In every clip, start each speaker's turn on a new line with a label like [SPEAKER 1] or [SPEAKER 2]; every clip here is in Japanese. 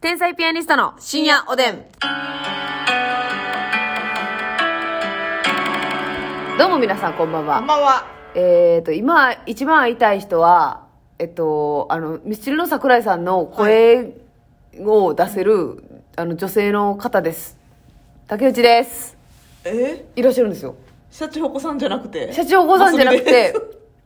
[SPEAKER 1] 天才ピアニストの深夜おでん。どうも皆さんこんばん
[SPEAKER 2] こん
[SPEAKER 1] は。
[SPEAKER 2] ばんは。
[SPEAKER 1] えっ、と、今、一番会いたい人は、えっと、あの、ミスチルの桜井さんの声を出せる、あの、女性の方です。竹内です。
[SPEAKER 2] え
[SPEAKER 1] いらっしゃるんですよ。
[SPEAKER 2] 社長お子さんじゃなくて
[SPEAKER 1] 社長ご存知じゃなくて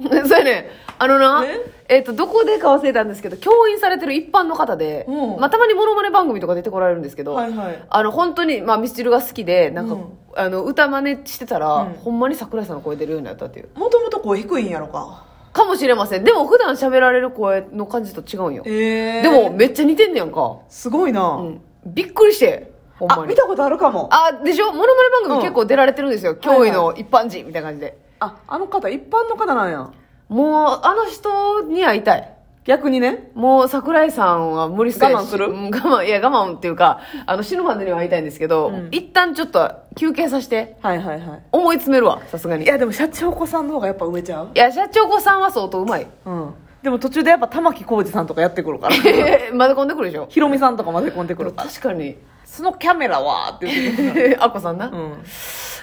[SPEAKER 2] マスミで、
[SPEAKER 1] そうやね。あのな
[SPEAKER 2] え、
[SPEAKER 1] えっ、と、どこでか忘れたんですけど、教員されてる一般の方で、
[SPEAKER 2] うん
[SPEAKER 1] まあ、たまにモノマネ番組とか出てこられるんですけど、
[SPEAKER 2] はいはい
[SPEAKER 1] あの、本当に、まあ、ミスチルが好きで、なんか、
[SPEAKER 2] うん
[SPEAKER 1] あの、歌真似してたら、
[SPEAKER 2] うん
[SPEAKER 1] ほんまに桜井さんの声出るようになったっていう。
[SPEAKER 2] すもともと声低いんやろか
[SPEAKER 1] かもしれません。でも、普段喋られる声の感じと違うんよ。
[SPEAKER 2] ええ
[SPEAKER 1] でも、めっちゃ似てんねやんか。
[SPEAKER 2] すごいな、
[SPEAKER 1] うん。びっくりして、ほんま
[SPEAKER 2] あ
[SPEAKER 1] に。
[SPEAKER 2] 見たことあるかもあ
[SPEAKER 1] あ、でしょモノマネ番組結構出られてるんですよ。
[SPEAKER 2] はい
[SPEAKER 1] 驚
[SPEAKER 2] はい
[SPEAKER 1] 異の一般人みたいな感じで。
[SPEAKER 2] あの方一般の方なんや
[SPEAKER 1] もう、あの人に会いたい。
[SPEAKER 2] 逆にね
[SPEAKER 1] もう桜井さんは無理そうやし
[SPEAKER 2] 我慢する
[SPEAKER 1] うん我慢、いや我慢っていうか、あの死ぬまでには会いたいんですけど、
[SPEAKER 2] うん
[SPEAKER 1] 一旦ちょっと休憩させて、
[SPEAKER 2] はいはいは
[SPEAKER 1] 思い詰めるわ、さすが
[SPEAKER 2] い
[SPEAKER 1] に。い
[SPEAKER 2] い
[SPEAKER 1] や、
[SPEAKER 2] やでも社長お子さんの方がやっぱ上ちゃう
[SPEAKER 1] 社長子さんは相当うまい。
[SPEAKER 2] うんでも途中でやっぱ玉置浩二さんとかやってくるから
[SPEAKER 1] まだ混んでくるでしょ
[SPEAKER 2] ヒロミさんとか混ぜ込んでくるから
[SPEAKER 1] 確か に。
[SPEAKER 2] そのキャメラはって言ってくる
[SPEAKER 1] あっこさんな。
[SPEAKER 2] うん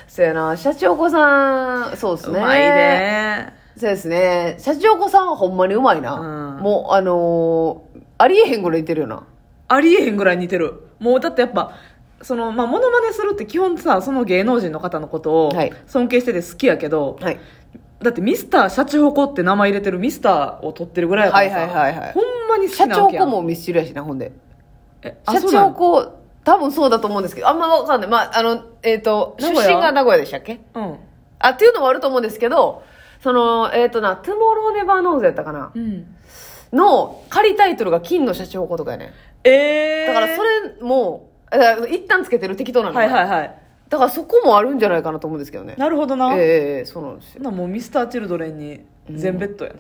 [SPEAKER 1] そうやな、社長子さん、そうです
[SPEAKER 2] う
[SPEAKER 1] ね。
[SPEAKER 2] まい。ね
[SPEAKER 1] そうですね。社長子さんはほんまにうまいな。
[SPEAKER 2] うん
[SPEAKER 1] もう、あのーありえへんぐらい似てるよな。
[SPEAKER 2] ありえへんぐらい似てるもうだってやっぱそのまあモノマネするって基本さその芸能人の方のことを
[SPEAKER 1] はい
[SPEAKER 2] 尊敬してて好きやけど、
[SPEAKER 1] はい。
[SPEAKER 2] だってミスターシャチホコって名前入れてるミスターを取ってるぐらいやからさ、
[SPEAKER 1] はいはいはいはい
[SPEAKER 2] ほんまに好
[SPEAKER 1] 社
[SPEAKER 2] きな
[SPEAKER 1] 長
[SPEAKER 2] わけや
[SPEAKER 1] 子
[SPEAKER 2] ん
[SPEAKER 1] もミスチルやしな、ほんで。
[SPEAKER 2] えあ
[SPEAKER 1] 社
[SPEAKER 2] そうな
[SPEAKER 1] 長
[SPEAKER 2] ん
[SPEAKER 1] こう多分そうだと思うんですけどあんまわかんないまああのえっ、と出
[SPEAKER 2] 名
[SPEAKER 1] 身
[SPEAKER 2] 古屋
[SPEAKER 1] が名古屋でしたっけ
[SPEAKER 2] うん
[SPEAKER 1] あっていうのもあると思うんですけどそのえっ、とな「トゥモローネバーノーズ」やったかな
[SPEAKER 2] うん
[SPEAKER 1] の仮タイトルが「金の社長子」とかやね
[SPEAKER 2] ええ
[SPEAKER 1] だからそれもだから一旦つけてる適当なの、
[SPEAKER 2] はいはいはい
[SPEAKER 1] だからそこもあるんじゃないかなと思うんですけどね
[SPEAKER 2] なるほどな、
[SPEAKER 1] ええそうなんですよ
[SPEAKER 2] なもうミスターチルドレンに全ベッドやな、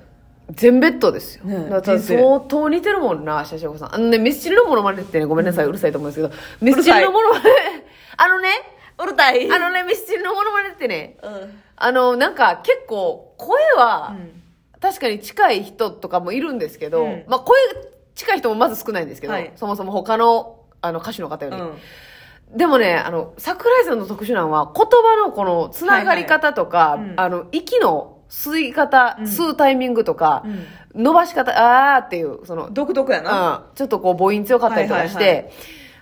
[SPEAKER 1] 全ベッドですよ、
[SPEAKER 2] ねえ
[SPEAKER 1] だから
[SPEAKER 2] 人生
[SPEAKER 1] 相当似てるもんな社長子さんあのねミスチルのモノマネってねごめんなさい、うるさいと思うんですけどミスチルのモノマネあのね
[SPEAKER 2] うるたい
[SPEAKER 1] あのね、ミスチルのモノマネってね、
[SPEAKER 2] うん
[SPEAKER 1] あの、なんか結構声
[SPEAKER 2] う
[SPEAKER 1] は
[SPEAKER 2] ん
[SPEAKER 1] 確かに近い人とかもいるんですけど、
[SPEAKER 2] うん
[SPEAKER 1] まあ声近い人もまず少ないんですけど、
[SPEAKER 2] はい
[SPEAKER 1] そもそも他のあの歌手の方よ
[SPEAKER 2] う
[SPEAKER 1] り、
[SPEAKER 2] ん
[SPEAKER 1] でもね、あの、桜井さんの特殊なのは言葉のこのつながり方とか、
[SPEAKER 2] はいはいうん
[SPEAKER 1] あの、息の吸い方、
[SPEAKER 2] うん
[SPEAKER 1] 吸うタイミングとか、
[SPEAKER 2] う
[SPEAKER 1] 伸ばし方、あーっていう、その
[SPEAKER 2] ん、独特やな、
[SPEAKER 1] うん、ちょっとこう母音強かったりとかして、
[SPEAKER 2] はいはい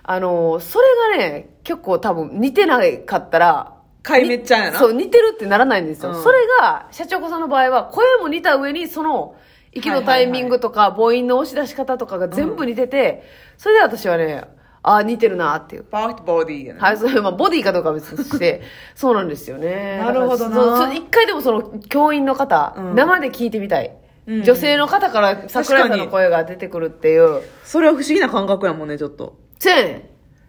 [SPEAKER 1] あのーそれがね結構多分似てなかったら
[SPEAKER 2] 買いめっちゃんやな
[SPEAKER 1] そう似てるってならないんですよ、
[SPEAKER 2] うん
[SPEAKER 1] それが社長子さんの場合は声も似た上にその息のタイミングとか、母音の押し出し方とかが全部似てて、それで私はねああ似てるなっていう。
[SPEAKER 2] パーフェクトボディやな、
[SPEAKER 1] はい、それ、まあ、ボディかどうかは別として、 そうなんですよね。
[SPEAKER 2] なるほどな
[SPEAKER 1] だからそうそう一回でもその、教員の方、
[SPEAKER 2] うん
[SPEAKER 1] 生で聞いてみたい。
[SPEAKER 2] うん
[SPEAKER 1] 女性の方から桜井さんの声が出てくるっていう。
[SPEAKER 2] それは不思議な感覚やもんねちょっと
[SPEAKER 1] そうやねん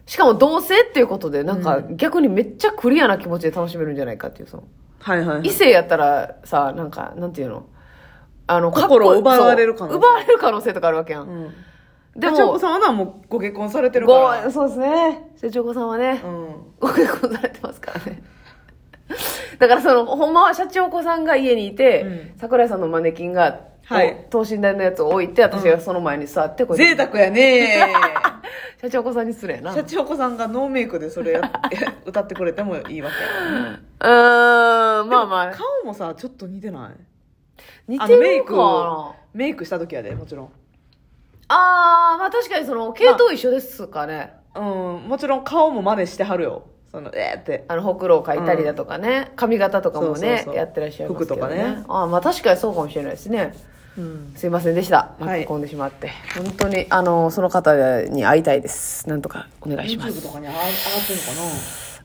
[SPEAKER 1] しかも同性っていうことで、なんか
[SPEAKER 2] う
[SPEAKER 1] 逆にめっちゃクリアな気持ちで楽しめるんじゃないかっていう、その。
[SPEAKER 2] はいはい、はい
[SPEAKER 1] 異性やったらさ、なんか、なんていうのあの、かっこ
[SPEAKER 2] 心を奪われる可能性
[SPEAKER 1] そう奪われる可能性とかあるわけやん。
[SPEAKER 2] うん、
[SPEAKER 1] で
[SPEAKER 2] でも、お子
[SPEAKER 1] も、
[SPEAKER 2] さんはな、もうご結婚されてるか
[SPEAKER 1] ご、
[SPEAKER 2] ら。
[SPEAKER 1] そうですね。社長子さんはね
[SPEAKER 2] う、ん。
[SPEAKER 1] ご結婚されてますからね。 だからその、ほんまは社長子さんが家にいて、
[SPEAKER 2] う
[SPEAKER 1] 桜井さんのマネキンが、
[SPEAKER 2] はい
[SPEAKER 1] 等身大のやつを置いて、私がその前に座って、こうや
[SPEAKER 2] 贅
[SPEAKER 1] って
[SPEAKER 2] 沢やね
[SPEAKER 1] 社長子さんに失礼やな。
[SPEAKER 2] 社長子さんがノーメイクでそれや歌ってくれてもいいわけやからね
[SPEAKER 1] うーん、まあまあ。
[SPEAKER 2] 顔もさ、ちょっと似てない
[SPEAKER 1] 似
[SPEAKER 2] あ
[SPEAKER 1] て
[SPEAKER 2] のメイ
[SPEAKER 1] るか
[SPEAKER 2] ク
[SPEAKER 1] な
[SPEAKER 2] をメイクした時やで、もちろん。
[SPEAKER 1] あーまあ確かにその系統一緒ですかね、
[SPEAKER 2] うん、もちろん顔も真似してはるよ。その、えーって。
[SPEAKER 1] あ、のほくろを描いたりだとかね、髪型とかもね
[SPEAKER 2] そうそうそう
[SPEAKER 1] やってらっしゃいますけど、ね、
[SPEAKER 2] 服とかね
[SPEAKER 1] あーまあ確かにそうかもしれないですね
[SPEAKER 2] うん。
[SPEAKER 1] すいませんでした
[SPEAKER 2] はい
[SPEAKER 1] 巻き込んでしまって、本当にあのその方に会いたいですなんとかお願いします
[SPEAKER 2] YouTube とかにあ上がってるのか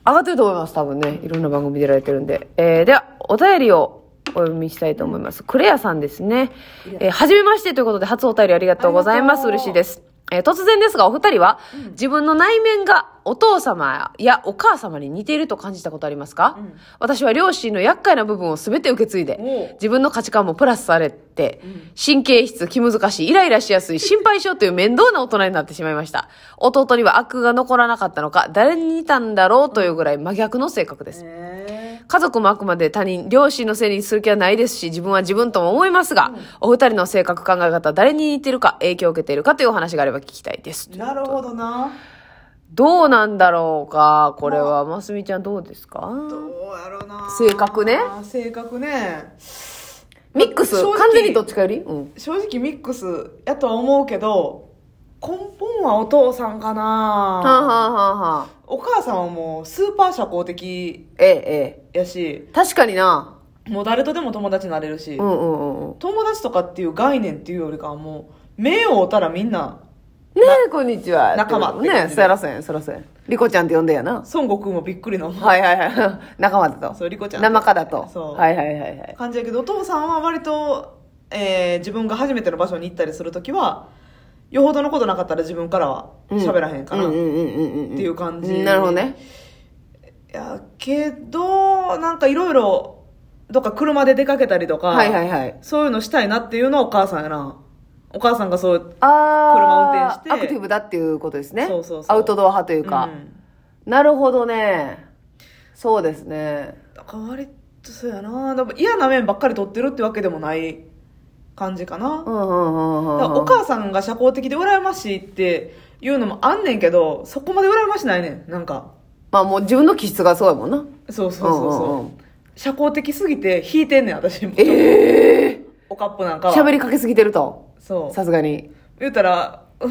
[SPEAKER 1] 上がってると思います多分ねいろんな番組出られてるんで、えーではお便りをお読みしたいと思います、クレアさんですねえーはじめましてということで初お便りありがとうございます
[SPEAKER 2] ありが
[SPEAKER 1] 嬉
[SPEAKER 2] とう
[SPEAKER 1] しいですえー突然ですがお二人は、自分の内面がお父様やお母様に似ていると感じたことありますか、
[SPEAKER 2] うん
[SPEAKER 1] 私は両親の厄介な部分を全て受け継いで
[SPEAKER 2] おう
[SPEAKER 1] 自分の価値観もプラスされて、
[SPEAKER 2] ん
[SPEAKER 1] 神経質、気難しい、イライラしやすい、心配性という面倒な大人になってしまいました。弟には悪が残らなかったのか、誰に似たんだろうというぐらい真逆の性格です。
[SPEAKER 2] なえ
[SPEAKER 1] 家族もあくまで他人、両親のせいにする気はないですし、自分は自分とも思いますが、お二人の性格考え方、誰に似てるか、影響を受けているかというお話があれば聞きたいです。
[SPEAKER 2] なるほどな。
[SPEAKER 1] どうなんだろうか、これは。ますみちゃんどうですか
[SPEAKER 2] どうやろうな。
[SPEAKER 1] 性格ね。
[SPEAKER 2] 性格ね。
[SPEAKER 1] ミックス、
[SPEAKER 2] 正直
[SPEAKER 1] 完全にどっちかよりうん。
[SPEAKER 2] 正直ミックスやとは思うけど、根本はお父さん
[SPEAKER 1] は
[SPEAKER 2] か
[SPEAKER 1] あ、は
[SPEAKER 2] な。
[SPEAKER 1] あはあはあ、
[SPEAKER 2] お母さんはもうスーパー社交的
[SPEAKER 1] ええ、え
[SPEAKER 2] やし、
[SPEAKER 1] え。確かにな。
[SPEAKER 2] もう誰とでも友達になれるし、
[SPEAKER 1] うんうんうんうん。
[SPEAKER 2] 友達とかっていう概念っていうよりかはもう、目を追ったらみんな、
[SPEAKER 1] ねえ、こんにちは。
[SPEAKER 2] 仲間って感じで
[SPEAKER 1] ねえ、そやらせん、そやらせん。リコちゃんって呼んでやな。
[SPEAKER 2] 孫悟空もびっくりの
[SPEAKER 1] はいはいはい。 仲間だ
[SPEAKER 2] そ
[SPEAKER 1] と。
[SPEAKER 2] うリコちゃん
[SPEAKER 1] 生かだと。
[SPEAKER 2] そう
[SPEAKER 1] はいはいはいはい。
[SPEAKER 2] 感じやけどお父さんは割と、えー自分が初めての場所に行ったりするときはよほどのことなかったら自分からは喋らへんから、
[SPEAKER 1] うん
[SPEAKER 2] い
[SPEAKER 1] うんうんうんうん。
[SPEAKER 2] っていう感じ
[SPEAKER 1] なるほどね。
[SPEAKER 2] やけどなんかいろいろどっか車で出かけたりとか、
[SPEAKER 1] はいはいはい。
[SPEAKER 2] そういうのしたいなっていうのはお母さんやなお母さんがそう、
[SPEAKER 1] あー
[SPEAKER 2] 車運転して
[SPEAKER 1] アクティブだっていうことですね。
[SPEAKER 2] そうそうそう
[SPEAKER 1] アウトドア派というか。
[SPEAKER 2] うん
[SPEAKER 1] なるほどね。そうですね。
[SPEAKER 2] だから割とそうやなだから嫌な面ばっかり取ってるってわけでもない感じかな、
[SPEAKER 1] うんうんうんうん
[SPEAKER 2] だか
[SPEAKER 1] う
[SPEAKER 2] ら
[SPEAKER 1] ん。
[SPEAKER 2] お母さんが社交的で羨ましいっていうのもあんねんけど、そこまで羨ましないねん。なんか。
[SPEAKER 1] まあもう自分の気質がそうやもんな。
[SPEAKER 2] そうそうそうそう。
[SPEAKER 1] うんうんうん
[SPEAKER 2] 社交的すぎて引いてんねん、私も。
[SPEAKER 1] ええ
[SPEAKER 2] おかっぽなんかは。
[SPEAKER 1] 喋りかけすぎてると。
[SPEAKER 2] そう。
[SPEAKER 1] さすがに。
[SPEAKER 2] 言うたら、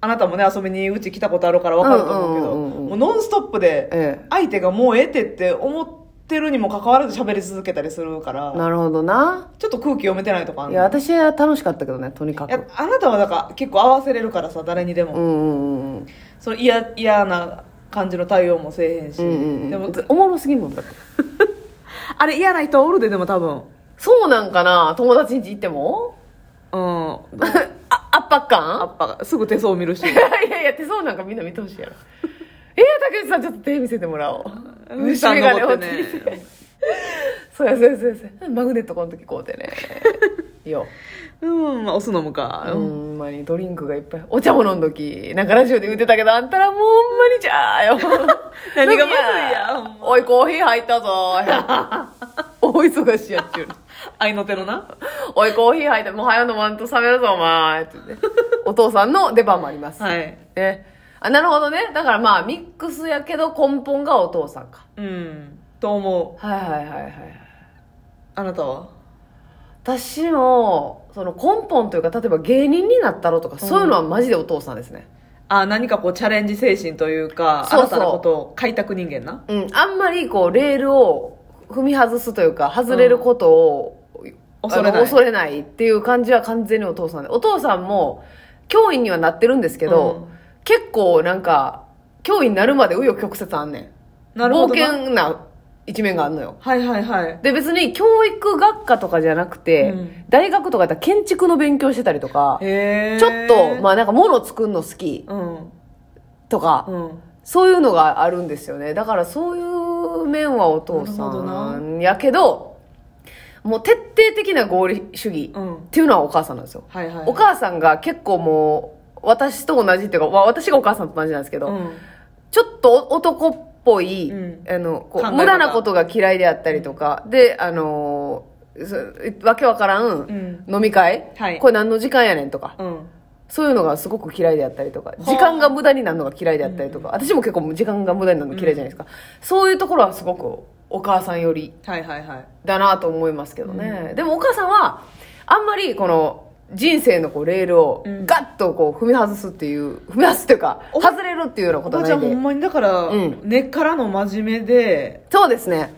[SPEAKER 2] あなたもね、遊びにうち来たことあるからわかると思うけど、
[SPEAKER 1] うんうんうんうん
[SPEAKER 2] もうノンストップ
[SPEAKER 1] え
[SPEAKER 2] で
[SPEAKER 1] え、
[SPEAKER 2] 相手がもうええてって思ってるにもかかわらず喋り続けたりするから、
[SPEAKER 1] なるほどな。
[SPEAKER 2] ちょっと空気読めてないとかあん
[SPEAKER 1] い
[SPEAKER 2] ねん
[SPEAKER 1] や、私は楽しかったけどね、とにか
[SPEAKER 2] いや
[SPEAKER 1] く。
[SPEAKER 2] あなたはだから結構合わせれるからさ、誰にでも。
[SPEAKER 1] うんうんうん。
[SPEAKER 2] その嫌嫌な感じの対応もせえへんし、
[SPEAKER 1] うんうん
[SPEAKER 2] で
[SPEAKER 1] う
[SPEAKER 2] も
[SPEAKER 1] ん。おもろすぎんもんだって。
[SPEAKER 2] あれ嫌な人おるででも多分
[SPEAKER 1] そうなんかな友達ん家行っても
[SPEAKER 2] うん
[SPEAKER 1] あ、圧迫
[SPEAKER 2] ア
[SPEAKER 1] 感
[SPEAKER 2] ッパがすぐ手相見 るし
[SPEAKER 1] いやいや、手相なんかみんな見てほしいやろ。えー、竹内さんちょっと手見せてもらおう。
[SPEAKER 2] 富士山登ってね
[SPEAKER 1] 虫眼鏡持ってそうやそうやそうやそうや。マグネットこの時こうてね。 よ。
[SPEAKER 2] うんまあお酢飲むか、
[SPEAKER 1] ほんまにドリンクがいっぱい。お茶も飲んどき。なんかラジオで言ってたけど、あんたらもうほんまにじゃあよ。
[SPEAKER 2] 何がまずいやほんま
[SPEAKER 1] おい、コーヒー入ったぞ。お 忙しいやっちゅうの。
[SPEAKER 2] 愛の手のな
[SPEAKER 1] おい、コーヒー入った。もう早飲まんと冷めるぞ、お前。って言 ってお父さんの出番もあります。
[SPEAKER 2] はい
[SPEAKER 1] ね。あ、なるほどね。だからまあ、ミックスやけど根本がお父さんか。
[SPEAKER 2] うんと思う
[SPEAKER 1] はいはいはいはい。
[SPEAKER 2] あなたは
[SPEAKER 1] 私も、その根本というか、例えば芸人になったろとか、そういうのはマジでお父さんですね。
[SPEAKER 2] あ何かこうチャレンジ精神というか
[SPEAKER 1] そうそう
[SPEAKER 2] あなたのことを開拓人間な
[SPEAKER 1] うん。あんまりこう、レールを踏み外すというか、外れることを、
[SPEAKER 2] 恐れない
[SPEAKER 1] あの恐れないっていう感じは完全にお父さんで。お父さんも、教員にはなってるんですけど、
[SPEAKER 2] う
[SPEAKER 1] 結構なんか、教員になるまで紆余曲折あんねん。
[SPEAKER 2] なるほど
[SPEAKER 1] 冒
[SPEAKER 2] な
[SPEAKER 1] 険な一面があんのよ。
[SPEAKER 2] はいはいはい
[SPEAKER 1] で、別に教育学科とかじゃなくて、
[SPEAKER 2] うん
[SPEAKER 1] 大学とかだったら建築の勉強してたりとか、
[SPEAKER 2] へえ
[SPEAKER 1] ちょっと、まあなんか物作るの好き
[SPEAKER 2] うん
[SPEAKER 1] とか、
[SPEAKER 2] うん
[SPEAKER 1] そういうのがあるんですよね。だからそういう面はお父
[SPEAKER 2] なるほど
[SPEAKER 1] さん
[SPEAKER 2] な
[SPEAKER 1] やけど、もう徹底的な合理主義
[SPEAKER 2] うん
[SPEAKER 1] っていうのはお母さんなんですよ。
[SPEAKER 2] はいはい
[SPEAKER 1] お母さんが結構もう、私と同じっていうか、わ私がお母さんと同じなんですけど、
[SPEAKER 2] うん
[SPEAKER 1] ちょっと男っぽい、
[SPEAKER 2] うん
[SPEAKER 1] あの、こ
[SPEAKER 2] 考え
[SPEAKER 1] う、
[SPEAKER 2] 方
[SPEAKER 1] 無駄なことが嫌いであったりとか、で、あのーそわけわからん、飲み会、
[SPEAKER 2] はい
[SPEAKER 1] これ何の時間やねんとか、
[SPEAKER 2] うん
[SPEAKER 1] そういうのがすごく嫌いであったりとか、
[SPEAKER 2] あ
[SPEAKER 1] 時間が無駄になるのが嫌いであったりとか、私も結構時間が無駄になるの嫌いじゃないですか。そういうところはすごくお母さんより
[SPEAKER 2] はいはいはい
[SPEAKER 1] だなと思いますけどね、でもお母さんはあんまりこの人生のこうレールを
[SPEAKER 2] うん
[SPEAKER 1] ガッとこう踏み外すっていう、踏み外すというか
[SPEAKER 2] お
[SPEAKER 1] 外れるっていうような
[SPEAKER 2] お
[SPEAKER 1] こと
[SPEAKER 2] ば
[SPEAKER 1] は
[SPEAKER 2] ち
[SPEAKER 1] な
[SPEAKER 2] ゃ
[SPEAKER 1] い
[SPEAKER 2] んほ
[SPEAKER 1] で
[SPEAKER 2] んまにだから、
[SPEAKER 1] うん
[SPEAKER 2] 根っからの真面目で
[SPEAKER 1] そうですね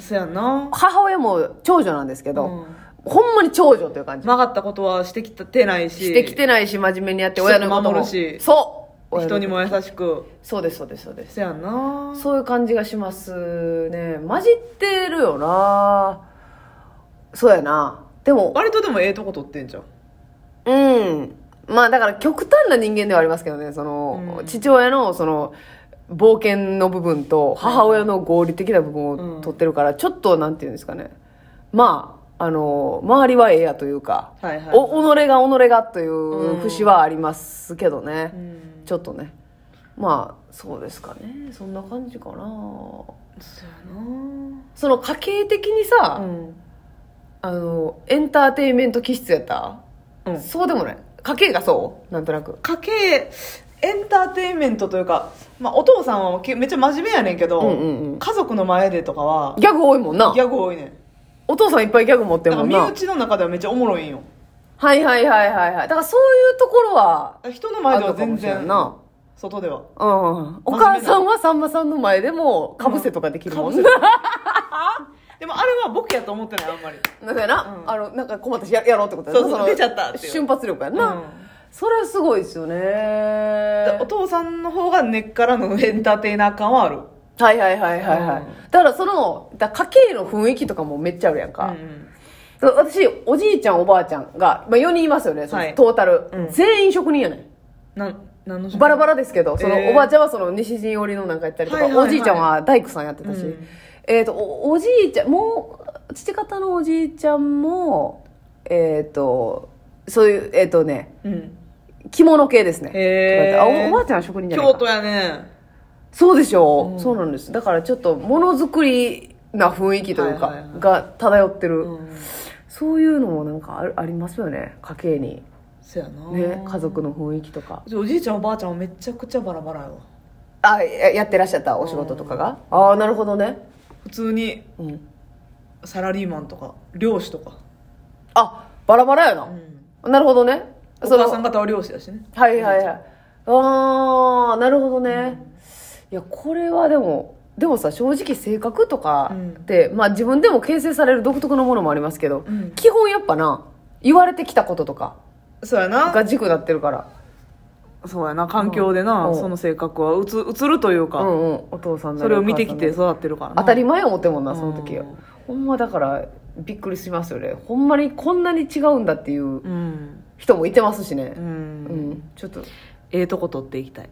[SPEAKER 2] そやな、
[SPEAKER 1] 母親も長女なんですけ
[SPEAKER 2] う
[SPEAKER 1] ど、
[SPEAKER 2] ん、
[SPEAKER 1] ほんまに長女という感じ
[SPEAKER 2] 曲がったことはしてきてないし
[SPEAKER 1] してきてないし真面目にやって
[SPEAKER 2] 規
[SPEAKER 1] 親
[SPEAKER 2] 則
[SPEAKER 1] のことも
[SPEAKER 2] 守るし
[SPEAKER 1] そう親の
[SPEAKER 2] 人にも優しく
[SPEAKER 1] そうですそうですそうです
[SPEAKER 2] そやな
[SPEAKER 1] そういう感じがしますね混じってるよなそうやなでも
[SPEAKER 2] 割とでもええとこ取ってんじゃん
[SPEAKER 1] うん。まあだから極端な人間ではありますけどね、その、
[SPEAKER 2] うん
[SPEAKER 1] 父親のその、冒険の部分と母親の合理的な部分を取ってるから、ちょっとなんていうんですかね。まあ、あの、周りはええやというか、
[SPEAKER 2] はいはい
[SPEAKER 1] お、己が己がとい
[SPEAKER 2] うん
[SPEAKER 1] う節はありますけどね。
[SPEAKER 2] うん
[SPEAKER 1] ちょっとね。まあそうですかねそんな感じかな
[SPEAKER 2] そうや
[SPEAKER 1] その家系的にさ、
[SPEAKER 2] なうん
[SPEAKER 1] あのエンターテインメント気質やった、
[SPEAKER 2] うん
[SPEAKER 1] そうでもない家系がそうなんとなく
[SPEAKER 2] 家計エンターテインメントというか、まあ、お父さんはけめっちゃ真面目やねんけど、
[SPEAKER 1] うんうんうん
[SPEAKER 2] 家族の前でとかは
[SPEAKER 1] ギャグ多いもんな
[SPEAKER 2] ギャグ多いねん
[SPEAKER 1] お父さんいっぱいギャグ持って
[SPEAKER 2] だ
[SPEAKER 1] る
[SPEAKER 2] か
[SPEAKER 1] も
[SPEAKER 2] ら
[SPEAKER 1] ん
[SPEAKER 2] 身
[SPEAKER 1] な
[SPEAKER 2] 内の中ではめっちゃおもろいんよ
[SPEAKER 1] はいはいはいはいはいだからそういうところは
[SPEAKER 2] 人の
[SPEAKER 1] あ
[SPEAKER 2] 前
[SPEAKER 1] る
[SPEAKER 2] では
[SPEAKER 1] のか
[SPEAKER 2] 全
[SPEAKER 1] もしれん
[SPEAKER 2] 然
[SPEAKER 1] な
[SPEAKER 2] 外では
[SPEAKER 1] うん、お母さんはさんまさんの前でもかぶせとかできるもんな、
[SPEAKER 2] でもあれはボケやと思ってないあんまり
[SPEAKER 1] なんかやな、
[SPEAKER 2] うん
[SPEAKER 1] あのなんか困ったしややろうってことやな
[SPEAKER 2] そうそう
[SPEAKER 1] の
[SPEAKER 2] 出ちゃったっていう
[SPEAKER 1] 瞬発力やんな、
[SPEAKER 2] うん
[SPEAKER 1] それはすごいですよね
[SPEAKER 2] だお父さんの方が根っからのエンターテイナー感はある
[SPEAKER 1] はいはいはいはいはい、
[SPEAKER 2] うん
[SPEAKER 1] だからそのだから家計の雰囲気とかもめっちゃあるやんか、だから私おじいちゃんおばあちゃんが、まあ、4人いますよね、その
[SPEAKER 2] はい
[SPEAKER 1] トータル、
[SPEAKER 2] うん
[SPEAKER 1] 全員職人やねん
[SPEAKER 2] なんなんの
[SPEAKER 1] バラバラですけどその、
[SPEAKER 2] えー
[SPEAKER 1] おばあちゃんはその西陣織のなんかやったりとか、
[SPEAKER 2] はいはいはい
[SPEAKER 1] おじいちゃんは大工さんやってたし、
[SPEAKER 2] うん
[SPEAKER 1] えっ、とおおじいちゃんもう父方のおじいちゃんもえっ、とそういうえっ、とね
[SPEAKER 2] うん
[SPEAKER 1] 着物系ですね、
[SPEAKER 2] へー
[SPEAKER 1] あおおばあちゃんは職人じゃない
[SPEAKER 2] 京
[SPEAKER 1] か
[SPEAKER 2] 都やね
[SPEAKER 1] そうでしょう、
[SPEAKER 2] うん
[SPEAKER 1] そうなんですだからちょっとものづくりな雰囲気というか、
[SPEAKER 2] はいはいはい
[SPEAKER 1] が漂ってる、
[SPEAKER 2] うん
[SPEAKER 1] そういうのもなんかあるありますよね家計に
[SPEAKER 2] そやな
[SPEAKER 1] ね家族の雰囲気とか
[SPEAKER 2] おじいちゃんおばあちゃんはめちゃくちゃバラバラよ
[SPEAKER 1] あややってらっしゃったお仕事とかが、ああなるほどね
[SPEAKER 2] 普通に
[SPEAKER 1] うん
[SPEAKER 2] サラリーマンとか漁師とか、
[SPEAKER 1] あバラバラやな、なるほどね
[SPEAKER 2] お
[SPEAKER 1] その
[SPEAKER 2] 母さん方は漁師だしね
[SPEAKER 1] はいはいはいああなるほどね、いやこれはでもでもさ正直性格とかって、まあ自分でも形成される独特のものもありますけど、
[SPEAKER 2] うん
[SPEAKER 1] 基本やっぱな言われてきたこととか
[SPEAKER 2] そうやな
[SPEAKER 1] が軸になってるから
[SPEAKER 2] そうやな環境でな、
[SPEAKER 1] うん
[SPEAKER 2] その性格はうつ映るというか、
[SPEAKER 1] うんうんお父さんなり
[SPEAKER 2] それを見てきて
[SPEAKER 1] お母さんなり
[SPEAKER 2] 育ってるからな
[SPEAKER 1] 当たり前思ってんもんなその時
[SPEAKER 2] うん
[SPEAKER 1] ほんまだからびっくりしますよねほんまにこんなに違うんだっていう
[SPEAKER 2] うん
[SPEAKER 1] 人もいてますしね
[SPEAKER 2] うん、
[SPEAKER 1] うん、ちょっと
[SPEAKER 2] ええとこ取っていきたい